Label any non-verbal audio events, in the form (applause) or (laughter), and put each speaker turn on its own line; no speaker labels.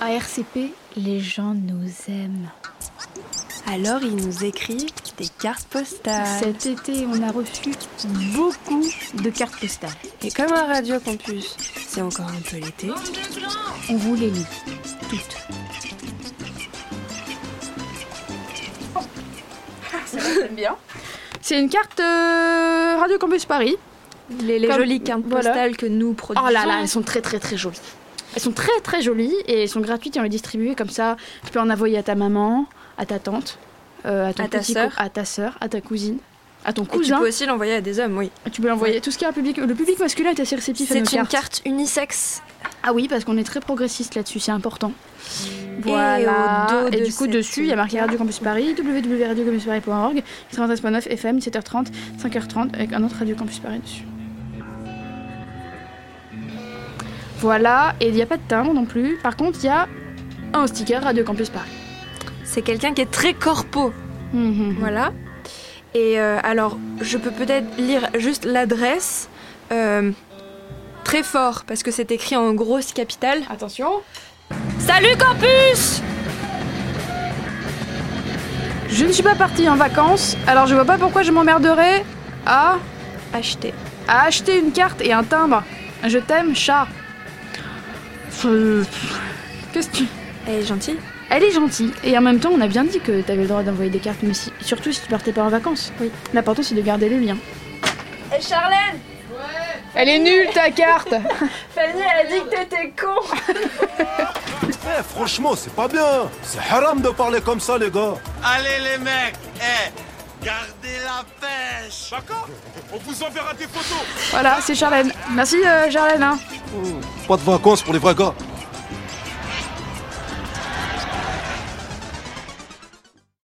À RCP, les gens nous aiment.
Alors il nous écrit des cartes
Euh,
postales.
Cet été, on a reçu beaucoup de cartes postales.
Et comme à Radio Campus, c'est encore un peu l'été.
On vous les lit toutes.
bien.
C'est une carte euh, Radio Campus Paris.
Les, les
Comme-
jolies cartes
voilà.
postales que nous produisons. Ah,
Oh là là, elles sont très très très jolies. Elles sont très très jolies et elles sont gratuites et on les distribue comme ça. Tu peux en envoyer à ta maman, à ta tante, euh, à, ton
À ta
petit
sœur.
co- à ta sœur, à ta cousine, à ton
Et tu
cousin.
peux aussi l'envoyer à des hommes, oui.
Tu peux, l'envoyer. Tout ce qui est un public, le public masculin est assez réceptif à
C'est
nos
une
cartes.
carte unisexe.
Ah oui, parce qu'on est très progressiste là-dessus, c'est important.
au
Voilà.
dos
Et,
de
du coup,
cette
dessus, il y a marqué Radio Campus Paris, www.radiocampusparis.org, 93.9 FM, 7h30, 5h30, avec un autre Radio Campus Paris dessus. Voilà, et il n'y a pas de timbre non plus. Par contre, il y a un sticker Radio Campus Paris.
C'est quelqu'un qui est très corpo.
Mhm.
Voilà. Et euh, alors, je peux peut-être lire juste l'adresse euh, très fort parce que c'est écrit en grosse capitale.
Attention.
Salut campus
Je ne suis pas partie en vacances, alors je vois pas pourquoi je m'emmerderais à,
Acheté.
à acheter une carte et un timbre. Je t'aime, chat. Euh, Qu'est-ce que tu...
Elle est gentille.
Elle est gentille. Et en même temps, on a bien dit que t'avais le droit d'envoyer des cartes, mais si- surtout si tu partais pas en vacances.
Oui.
L'important, c'est de garder le lien.
Et Charlène,
Elle est nulle, ta (laughs) carte
Fanny, elle a dit que t'étais con.
Eh, franchement, c'est pas bien. C'est haram de parler comme ça, les gars.
Allez les mecs, eh, gardez la pêche
D'accord On vous enverra des photos
Voilà, c'est Charlène. Merci, euh, Charlène. hein.
Pas de vacances pour les vrais gars.